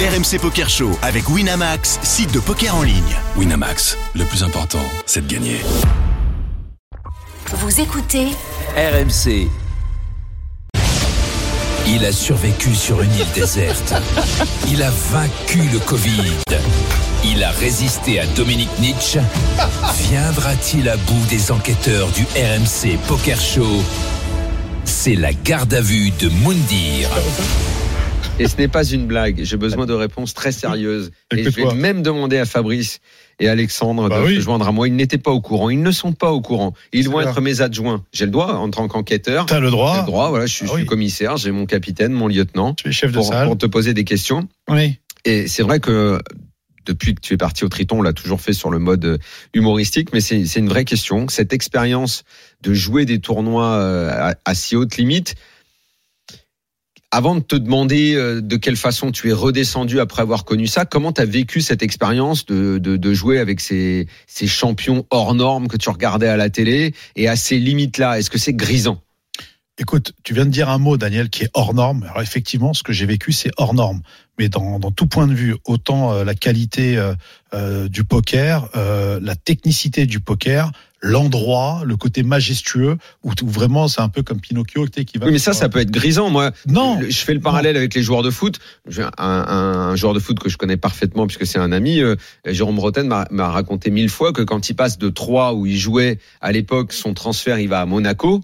RMC Poker Show avec Winamax, site de poker en ligne. Winamax, le plus important, c'est de gagner. Vous écoutez RMC. Il a survécu sur une île déserte. Il a vaincu le Covid. Il a résisté à Dominique Nietzsche. Viendra-t-il à bout des enquêteurs du RMC Poker Show C'est la garde à vue de Moundir. Et ce n'est pas une blague. J'ai besoin de réponses très sérieuses. Et je vais Écoute-moi. même demander à Fabrice et Alexandre Bah de oui. se joindre à moi. Ils n'étaient pas au courant. Ils ne sont pas au courant. Ils vont C'est être clair. mes adjoints. J'ai le droit en tant qu'enquêteur. T'as le J'ai droit. le droit. Voilà, je suis, Ah je suis oui. commissaire. J'ai mon capitaine, mon lieutenant Tu es chef de pour, salle. pour te poser des questions. Oui. Et c'est vrai que depuis que tu es parti au Triton, on l'a toujours fait sur le mode euh, humoristique, mais c'est c'est une vraie question. Cette expérience de jouer des tournois euh, à, à si haute limite, avant de te demander euh, de quelle façon tu es redescendu après avoir connu ça, comment tu as vécu cette expérience de, de, de jouer avec ces, ces champions hors normes que tu regardais à la télé et à ces limites-là Est-ce que c'est grisant Écoute, tu viens de dire un mot, Daniel, qui est hors norme. Alors effectivement, ce que j'ai vécu, c'est hors norme. Mais dans, dans tout point de vue, autant euh, la qualité euh, euh, du poker, euh, la technicité du poker, l'endroit, le côté majestueux, où, où vraiment c'est un peu comme Pinocchio tu sais, qui va... Oui, mais ça, ça peut être grisant. Moi, Non Le- Je fais le parallèle avec les joueurs de foot. J'ai Un, un- un joueur de foot que je connais parfaitement puisque c'est un ami, euh, Jérôme Roten m'a m'a raconté mille fois que quand il passe de 3 où il jouait à l'époque, son transfert, il va à Monaco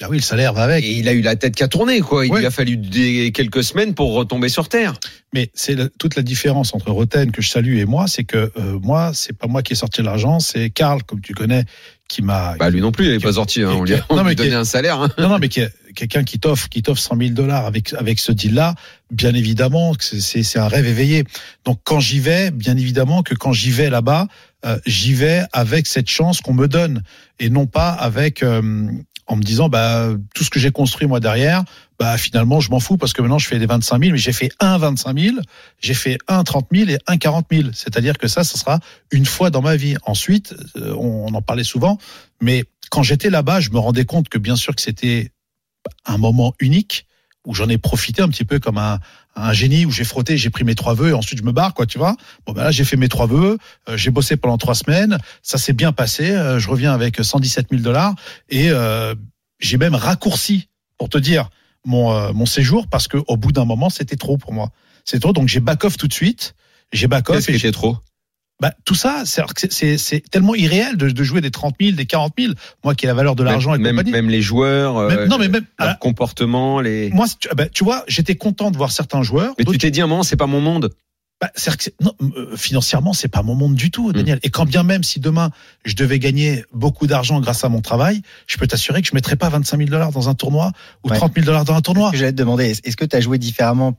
Ah oui, le salaire va avec. et il a eu la tête qu'à tourner quoi. Il Ouais. lui a fallu des, quelques semaines pour retomber sur terre. Mais c'est la- toute la différence entre Roten que je salue et moi, c'est que euh, moi, c'est pas moi qui ai sorti l'argent, c'est Karl, comme tu connais, qui m'a Bah lui non plus, il n'est pas sorti. hein. On lui a Non, on lui mais qui- donnait un salaire. hein. Non, non, mais qu'il y a quelqu'un qui t'offre, qui t'offre 100 000 dollars avec avec ce deal-là, bien évidemment, que c'est- c'est c'est un rêve éveillé. Donc quand j'y vais, bien évidemment que quand j'y vais là-bas, euh, j'y vais avec cette chance qu'on me donne et non pas avec euh, en me disant bah tout ce que j'ai construit moi derrière, bah finalement je m'en fous parce que maintenant je fais des 25 000, mais j'ai fait un 25 000, j'ai fait un 30 000 et un 40 000. C'est-à-dire que ça, ça sera une fois dans ma vie. Ensuite, euh, on, on en parlait souvent, mais quand j'étais là-bas, je me rendais compte que bien sûr que c'était un moment unique où j'en ai profité un petit peu comme un, un génie où j'ai frotté, j'ai pris mes trois vœux et ensuite je me barre quoi, tu vois. Bon ben là j'ai fait mes trois vœux, euh, j'ai bossé pendant trois semaines, ça s'est bien passé, euh, je reviens avec 117 000 dollars et euh, j'ai même raccourci pour te dire mon euh, mon séjour parce que au bout d'un moment c'était trop pour moi, c'est trop donc j'ai back off tout de suite, j'ai back off Qu'est-ce et qui j'ai- était trop bah, tout ça, c'est- alors que c'est- c'est c'est tellement irréel de, de jouer des 30 000, des 40 000. Moi qui ai la valeur de l'argent et même, compagnie. même les joueurs, euh, Même- non, mais même. leur ah, comportement, les. moi, si tu, ah bah, tu vois, j'étais content de voir certains joueurs. mais tu d'autres- t'es dit à un moment, c'est pas mon monde. bah, c'est-à-dire que c'est- non, euh, financièrement, c'est pas mon monde du Mm. tout, Daniel. Et quand bien même, si demain je devais gagner beaucoup d'argent grâce à mon travail, je peux t'assurer que je mettrais pas 25 000 dollars dans un tournoi ou Ouais. 30 000 dollars dans un tournoi. que j'allais te demander, est-ce est-ce que tu as joué différemment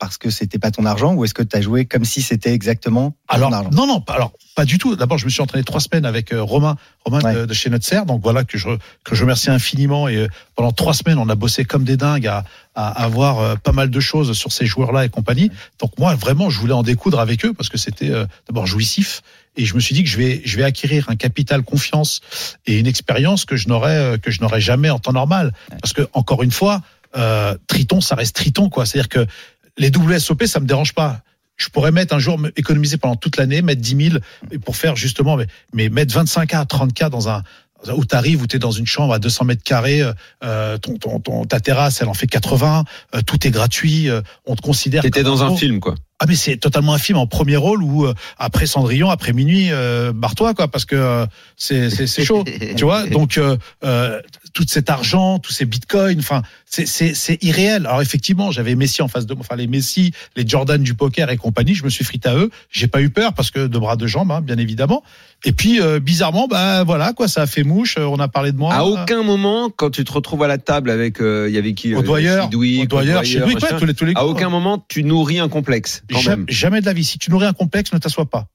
parce que c'était pas ton argent ou est-ce que tu as joué comme si c'était exactement Alors ton argent non non pas, alors pas du tout. D'abord je me suis entraîné trois semaines avec euh, Romain Romain Ouais. de, de chez Nutser donc voilà que je que je remercie infiniment et euh, pendant trois semaines on a bossé comme des dingues à, à avoir euh, pas mal de choses sur ces joueurs là et compagnie. Donc moi vraiment je voulais en découdre avec eux parce que c'était euh, d'abord jouissif et je me suis dit que je vais je vais acquérir un capital confiance et une expérience que je n'aurais euh, que je n'aurais jamais en temps normal parce que encore une fois euh, Triton ça reste Triton quoi c'est à dire que les WSOP ça me dérange pas je pourrais mettre un jour, me- économiser pendant toute l'année, mettre 10 000 et pour faire justement, mais, mais mettre 25K, 30K dans un dans un- où t'arrives, où t'es dans une chambre à 200 mètres carrés, euh, euh, ton, ton, ton- ta terrasse, elle en fait 80, euh, tout est gratuit, euh, on te considère. T'étais comme dans un pro. film quoi. Ah mais c'est totalement un film en premier rôle où euh, après Cendrillon, après minuit, euh, barre-toi quoi parce que euh, c'est c'est c'est chaud, tu vois. Donc euh, euh, tout cet argent, tous ces bitcoins, enfin c'est c'est c'est irréel. Alors effectivement, j'avais Messi en face de moi, enfin les Messi, les Jordan du poker et compagnie, je me suis frité à eux. J'ai pas eu peur parce que de bras de jambes, hein, bien évidemment. Et puis euh, bizarrement, bah voilà quoi, ça a fait mouche. euh, On a parlé de moi. À aucun moment, quand tu te retrouves à la table avec, euh, il y avait qui euh, Audoyeur, Chidoui, Audoyeur, chez Audoyeur, lui, ouais, machin. tous les tous les À coups, aucun hein. moment, tu nourris un complexe. Quand jamais, même. jamais de la vie. Si tu nourris un complexe, ne t'assois pas.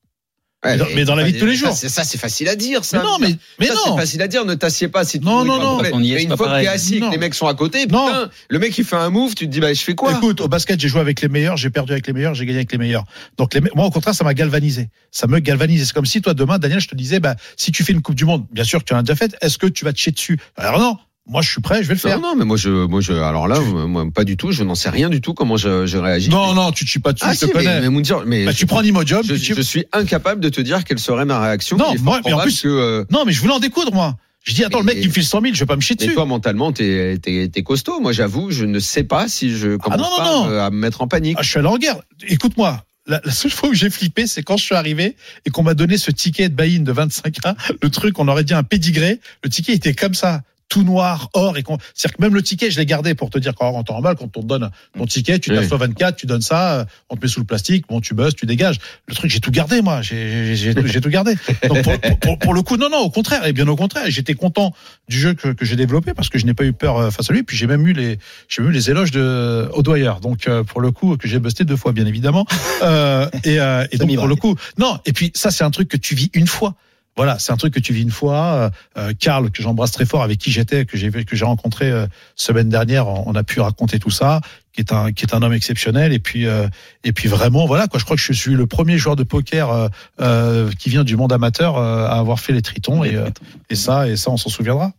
Ouais, Mais dans- mais dans la vie de tous les ça, jours. c'est- Ça, c'est facile à dire, ça. Mais non, mais mais Ça, non. C'est facile à dire, ne t'assieds pas si tu Non, nourris non, pas non. le problème. Quand on y est, Mais c'est une pas fois que t'es pareil. assis, et que Non. les mecs sont à côté, Non. putain, le mec, il fait un move, tu te dis, bah, je fais quoi? Écoute, au basket, j'ai joué avec les meilleurs, j'ai perdu avec les meilleurs, j'ai gagné avec les meilleurs. Donc les me- moi, au contraire, ça m'a galvanisé. Ça me galvanisait. C'est comme si toi, demain, Daniel, je te disais, bah, si tu fais une Coupe du Monde, bien sûr que tu en as déjà fait, est-ce que tu vas te chier dessus Alors non, moi je suis prêt, je vais le faire. Non, non, mais moi, je, moi, je, alors là, moi, pas du tout. Je n'en sais rien du tout comment je, je réagis. Non, non, tu ne suis pas dessus, ah, je te si, mais- connais. mais Mounir, mais Bah, je- tu prends Nimojob. je, tu- je suis incapable de te dire quelle serait ma réaction. Non, Il est moi, fort mais en probable plus- que, euh, Non, mais je voulais en découdre, moi. Je dis, attends, le mec, Mais- il me file 100 000, je vais pas me chier mais dessus. toi, mentalement, t'es es, costaud. Moi, j'avoue, je ne sais pas si je commence Ah non, non, pas, non. euh, à me mettre en panique. Ah, je suis allé en guerre. Écoute-moi. La, la seule fois où j'ai flippé, c'est quand je suis arrivé et qu'on m'a donné ce ticket de buy-in de 25K. Le truc, on aurait dit un pédigré. Le ticket était comme ça, tout noir, or. et qu'on- C'est-à-dire que même le ticket, je l'ai gardé pour te dire qu'en en temps normal, quand on te donne ton ticket, tu Oui. t'assois 24, tu donnes ça, euh, on te met sous le plastique, bon, tu bosses, tu dégages. Le truc, j'ai tout gardé, moi. J'ai j'ai- j'ai tout, j'ai tout gardé. Donc, pour, pour- pour- pour le coup, non, non, au contraire. Et bien au contraire, j'étais content du jeu que, que j'ai développé parce que je n'ai pas eu peur euh, face à lui. Puis j'ai même eu les, j'ai eu les éloges de O'Dwyer. Donc euh, pour le coup que j'ai busté deux fois bien évidemment. Euh, et euh, et donc pour le coup non. Et puis ça c'est un truc que tu vis une fois. Voilà, c'est un truc que tu vis une fois. Euh, euh, Karl, que j'embrasse très fort, avec qui j'étais, que j'ai vu- que j'ai rencontré euh, semaine dernière, on, on a pu raconter tout ça, qui est un qui est un homme exceptionnel. Et puis euh, et puis vraiment voilà quoi. Je crois que je suis le premier joueur de poker euh, euh, qui vient du monde amateur euh, à avoir fait les tritons. Et, euh, et ça et ça on s'en souviendra.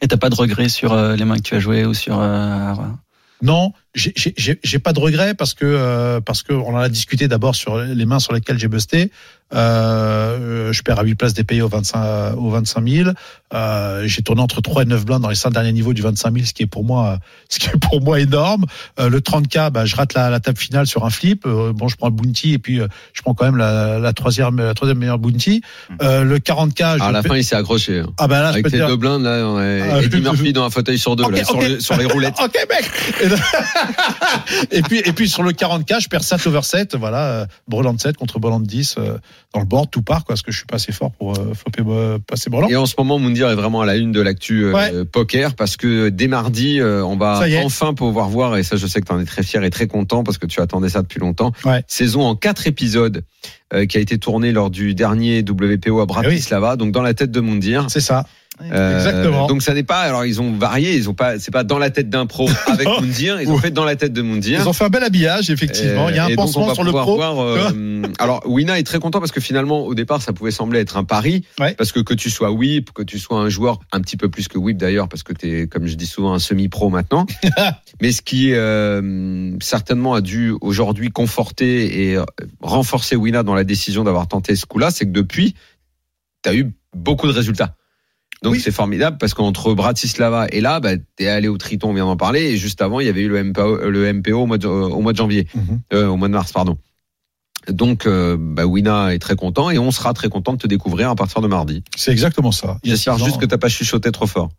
Et t'as pas de regrets sur euh, les mains que tu as jouées ou sur. euh, Non, j'ai- j'ai j'ai- j'ai pas de regrets parce que euh, parce que on en a discuté d'abord sur les mains sur lesquelles j'ai busté. Euh, euh, je perds à 8 places des payés au 25 au 25 000. Euh, j'ai tourné entre 3 et 9 blindes dans les 5 derniers niveaux du 25 000, ce qui est pour moi euh, ce qui est pour moi énorme. Euh, le 30K, bah, je rate la, la table finale sur un flip. Euh, bon, je prends le bounty et puis euh, je prends quand même la, la troisième la troisième meilleure bounty. Euh, le 40K, je Hmm. Ah, à la fais- fin, il s'est accroché. hein. ah bah là je Avec peux te tes dire deux blindes, là, on est- Ah, je- Eddie Murphy dans un fauteuil sur deux, Ok, là, sur, ok. le- sur les roulettes. Ok, mec. Et, là- et puis, et puis sur le 40K, je perds 7 over 7. Voilà, euh, Breland 7 contre Breland 10 euh, dans le board, tout part, quoi, parce que je suis pas assez fort pour euh, flopper, euh, passer Breland. Et en ce moment, Moundir est vraiment à la une de l'actu euh, Ouais. poker parce que dès mardi, euh, on va Ça y est. enfin pouvoir voir, et ça je sais que tu en es très fier et très content parce que tu attendais ça depuis longtemps, Ouais. saison en quatre épisodes euh, qui a été tournée lors du dernier Eh WPO à Bratislava, donc dans la tête de Moundir. C'est ça. Euh, Exactement. donc ça n'est pas. Alors ils ont varié. Ils ont pas. C'est pas dans la tête d'un pro avec Non. Moundir. Ils ont Ouais. fait dans la tête de Moundir. Ils ont fait un bel habillage, effectivement. Il y a Euh, un et donc, on pansement va sur le pouvoir pro. voir, euh, hum, alors, Wina est très content parce que finalement, au départ, ça pouvait sembler être un pari. Ouais. Parce que que tu sois Whip, que tu sois un joueur un petit peu plus que Whip d'ailleurs, parce que tu es, comme je dis souvent, un semi-pro maintenant. Mais ce qui euh, certainement a dû aujourd'hui conforter et euh, renforcer Wina dans la décision d'avoir tenté ce coup-là, c'est que depuis, tu as eu beaucoup de résultats. Donc Oui. c'est formidable parce qu'entre Bratislava et là, bah, t'es allé au Triton, on vient d'en parler, et juste avant, il y avait eu le MPO, le MPO au, mois de, au mois de janvier, Mhm. Euh, au mois de mars, pardon. Donc euh, bah, Wina est très content et on sera très content de te découvrir à partir de mardi. C'est exactement ça. Il y a J'espère six ans, juste que t'as pas chuchoté trop fort.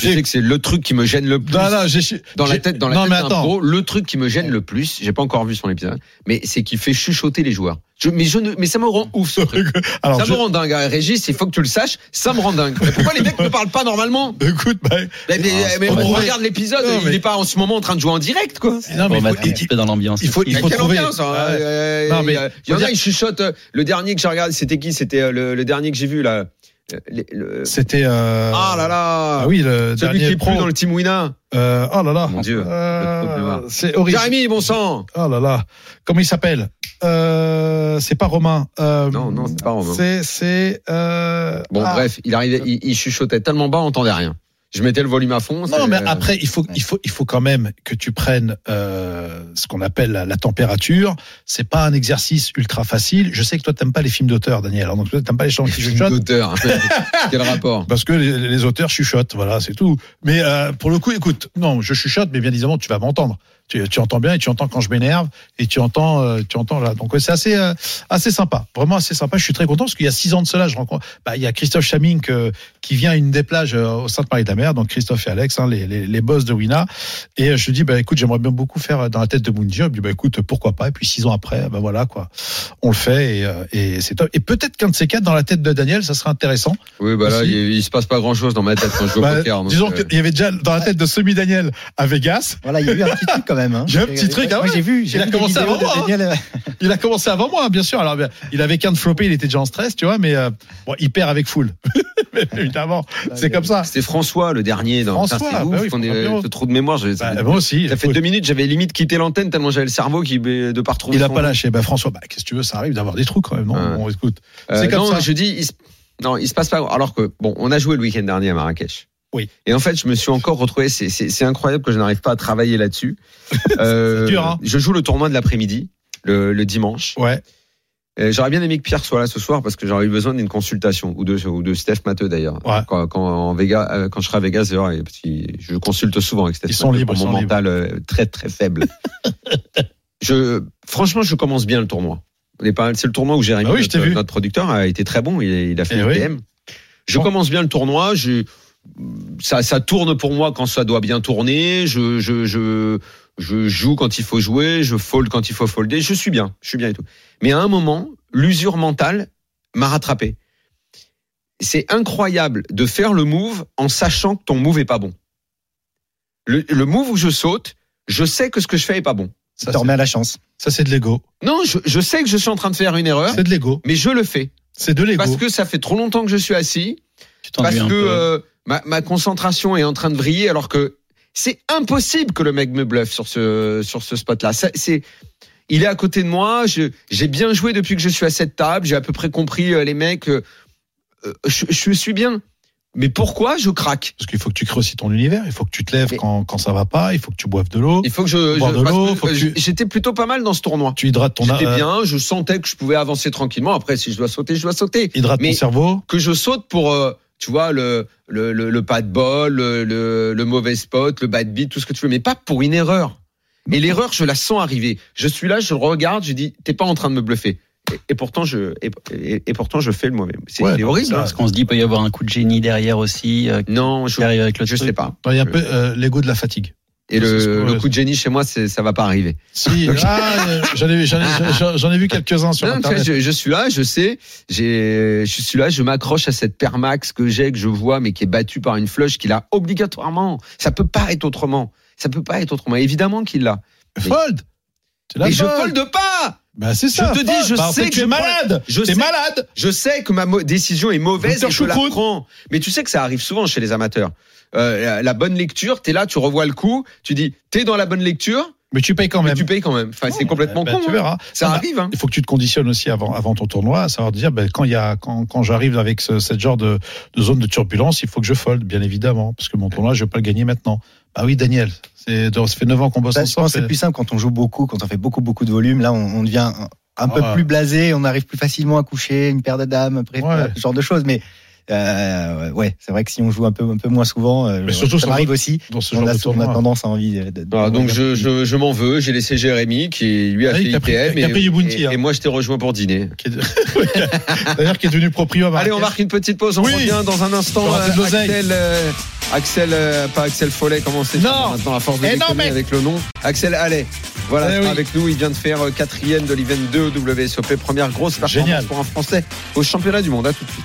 tu sais que c'est le truc qui me gêne le plus Non, non, j'ai- dans la j'ai- tête, dans la non, tête mais d'un attends. pro, le truc qui me gêne le plus, j'ai pas encore vu son épisode, mais c'est qu'il fait chuchoter les joueurs. Je, mais je ne, mais ça me rend ouf ce truc. Alors, ça je- me rend dingue, hein, Régis. Il faut que tu le saches. Ça me rend dingue. Mais pourquoi les mecs ne parlent pas normalement écoute, bah, mais, mais- c'est mais pas on vrai. regarde l'épisode. Non, Il mais- n'est pas en ce moment en train de jouer en direct, quoi. non, mais pour il faut- mettre un il- petit peu dans l'ambiance. il faut, il Mais faut quelle trouver. Ah ambiance, hein. Ouais. Euh, Non, mais- il y a- il y en faut a, dire- ils chuchotent. euh, Le dernier que j'ai regardé, c'était qui C'était euh, le, le dernier que j'ai vu là. Euh, les- le- C'était. euh, Ah là là. Ah oui, le Celui dernier qui est pro. plus dans le team Wina. Euh, oh là là. Mon Dieu, Euh, le trou de mémoire. C'est horrible. Jérémy, bon sang. Oh là là, comment il s'appelle euh, C'est pas Romain. Euh, Non, non, c'est pas Romain. C'est, c'est. euh, Bon, ah, bref, il arrivait, il, il chuchotait tellement bas, on entendait rien. Je mettais le volume à fond. Non, c'est- mais après, il faut, ouais. il faut, il faut quand même que tu prennes euh, ce qu'on appelle la, la température. C'est pas un exercice ultra facile. Je sais que toi, t'aimes pas les films d'auteur, Daniel. Alors, Donc, t'aimes pas les gens qui Film chuchotent. d'auteur. hein. Quel rapport Parce que les, les auteurs chuchotent, voilà, c'est tout. Mais euh, pour le coup, écoute, non, je chuchote, mais bien évidemment, tu vas m'entendre. Tu, tu entends bien et tu entends quand je m'énerve et tu entends, euh, tu entends là. Donc ouais, c'est assez, euh, assez sympa, vraiment assez sympa. Je suis très content parce qu'il y a six ans de cela, je rencontre, bah, il y a Christophe Chaming que- qui vient à une des plages euh, au Sainte-Marie-de-la-Mer, donc Christophe et Alex, hein, les, les, les boss de Wina. Et euh, je lui dis, bah écoute, j'aimerais bien beaucoup faire euh, dans la tête de Bunji. Il me dit, bah écoute, pourquoi pas Et puis six ans après, bah voilà quoi, on le fait et, euh, et c'est top. Et peut-être qu'un de ces quatre dans la tête de Daniel, ça serait intéressant. Oui, bah là, Aussi. il, il se passe pas grand chose dans ma tête quand je joue Bah, au poker. donc, disons euh, qu'il y avait déjà dans la tête de Semi Daniel à Vegas. Voilà, il y a eu un petit truc quand même. hein. J'ai un petit truc, ah Moi, ouais. j'ai vu, j'ai Il a vu des commencé vidéos avant moi, hein. de Daniel. euh, Il a commencé avant moi, hein, bien sûr. Alors, bien, il avait qu'un de flopper, il était déjà en stress, tu vois, mais euh, bon, il perd avec full. Mais Évidemment, c'est comme ça. C'était François, le dernier. dans- François, Putain, bah c'est ouf, oui, qu'on ait François Pinault. ce trou de mémoire. j'ai- Bah, moi aussi. ça fait full. deux minutes, j'avais limite quitté l'antenne tellement j'avais le cerveau qui de pas retrouver. Il a son pas nom. lâché. Bah, François, bah, qu'est-ce que tu veux, ça arrive d'avoir des trous quand même, non Ouais. Bon, écoute. Euh, C'est comme non, ça. je dis, il se... non, il se passe pas. Alors que bon, on a joué le week-end dernier à Marrakech. Oui. Et en fait, je me suis encore retrouvé. C'est, c'est- c'est incroyable que je n'arrive pas à travailler là-dessus. Euh, dur, hein. Je joue le tournoi de l'après-midi, le, le dimanche. Ouais. Euh, J'aurais bien aimé que Pierre soit là ce soir parce que j'aurais eu besoin d'une consultation ou de, ou de Steph Matteux d'ailleurs. Ouais. Quand, quand, en Vega- euh, quand je serai à Vegas, d'ailleurs, et parce qu'il- je consulte souvent avec Steph Ils sont Matteux libres, pour ils mon sont libres. mental euh, très très faible. je, franchement, je commence bien le tournoi. On est pas- C'est le tournoi où Jérémy, Bah oui, je t'ai notre, vu. notre producteur, a été très bon. Il, il a fait Eh le oui. PM. Je commence bien le tournoi. Je, ça, ça tourne pour moi quand ça doit bien tourner. Je, je, je, je joue quand il faut jouer. Je fold quand il faut folder. Je suis bien. Je suis bien et tout. Mais à un moment, l'usure mentale m'a rattrapé. C'est incroyable de faire le move en sachant que ton move est pas bon. Le, le move où je saute, je sais que ce que je fais est pas bon. Ça, te c'est- remets à la chance. ça, c'est de l'ego. Non, je, je sais que je suis en train de faire une erreur, C'est de l'ego. mais je le fais C'est de l'ego. Ah. parce que ça fait trop longtemps que je suis assis, Tu parce t'ennuies un que peu. euh, ma, ma concentration est en train de vriller, alors que c'est impossible que le mec me bluffe sur ce sur ce spot-là. Ça, C'est il est à côté de moi. je- J'ai bien joué depuis que je suis à cette table. J'ai à peu près compris euh, les mecs. euh, euh, je, je suis bien. Mais pourquoi je craque Parce qu'il faut que tu crées aussi ton univers. Il faut que tu te lèves Mais- quand, quand ça va pas. Il faut que tu boives de l'eau. Il faut que je. Boire je- de parce l'eau, que, faut que euh, tu- J'étais plutôt pas mal dans ce tournoi. Tu hydrates ton J'étais euh, bien. Je sentais que je pouvais avancer tranquillement. Après, si je dois sauter, je dois sauter. hydrates Mais- ton cerveau. que je saute pour, euh, tu vois, le, le, le, le pas de bol, le, le, le mauvais spot, le bad beat, tout ce que tu veux, mais pas pour une erreur. Et l'erreur, je la sens arriver. Je suis là, je regarde, je dis, t'es pas en train de me bluffer. Et, et pourtant, je, et, et- et pourtant, je fais le mauvais. C'est Ouais, c'est non, horrible. ça- hein. Parce qu'on se dit peut y avoir un coup de génie derrière aussi euh, Non, je, qui arrive avec le je truc. sais pas. Non, Il y a un peu euh, l'ego de la fatigue. Et C'est ce le, qu'on- le coup de génie chez moi, c'est, ça va pas arriver. Si, ah, euh, j'en ai, j'en ai- j'en- j'en ai vu quelques-uns sur Non, tu vois, Internet. je, je suis là, je sais, j'ai, je suis là, je m'accroche à cette permax que j'ai, que je vois, mais qui est battue par une flush qu'il a obligatoirement. Ça peut pas être autrement. Ça peut pas être autrement. Évidemment qu'il l'a. Fold Tu l'as Mais je fold. folde pas Bah, c'est Je ça. te dis, fold. je Bah, en sais fait, que tu es je malade. je T'es sais- malade. Je sais que ma mo- décision est mauvaise et Docteur je la Choucroute. prends. Mais tu sais que ça arrive souvent chez les amateurs. Euh, la- la bonne lecture, t'es là, tu revois le coup, tu dis, t'es dans la bonne lecture, Mais tu payes quand mais même. tu payes quand même. Enfin, c'est complètement Bah, con. Tu hein. verras. Ça Non, bah, arrive. Hein. Il faut que tu te conditionnes aussi avant, avant ton tournoi, à savoir dire ben, quand il y a quand, quand j'arrive avec ce, cette genre de, de zone de turbulence, il faut que je fold, bien évidemment, parce que mon tournoi je vais pas le gagner maintenant. Bah oui, Daniel, c'est ça fait 9 ans qu'on Bah, bosse Ça, Bah, je ensemble. pense que c'est plus simple quand on joue beaucoup, quand on fait beaucoup, beaucoup de volume. Là, on, on devient un, un peu Ah. plus blasé, on arrive plus facilement à coucher, une paire de dames, après, Ouais. ce genre de choses. Mais euh, ouais, c'est vrai que si on joue un peu, un peu moins souvent, euh, Mais surtout ça sur m'arrive aussi. euh, dans ce On genre a, de on a tournoi. tendance à envie de. de- Voilà, Bah, de- donc je, je, je m'en veux, j'ai laissé Jérémy qui lui a Ah, fait il t'a pris- IPM il t'a et- pris du bounty, et, hein. et moi je t'ai rejoint pour dîner. Qui est de- D'ailleurs, qui est devenu proprio à Allez, on Marrakech. marque une petite pause, on Oui. revient dans un instant. On va euh, faire de l'oseille. Axel, euh, Axel euh, pas Axel Follet, comment c'est Non. maintenant à force de Eh non, déconner mais- avec le nom. Axel Allais, voilà, Eh sera oui. avec nous, il vient de faire euh, quatrième de l'event 2 au WSOP, première grosse performance Génial. pour un Français au championnat du monde. À tout de suite.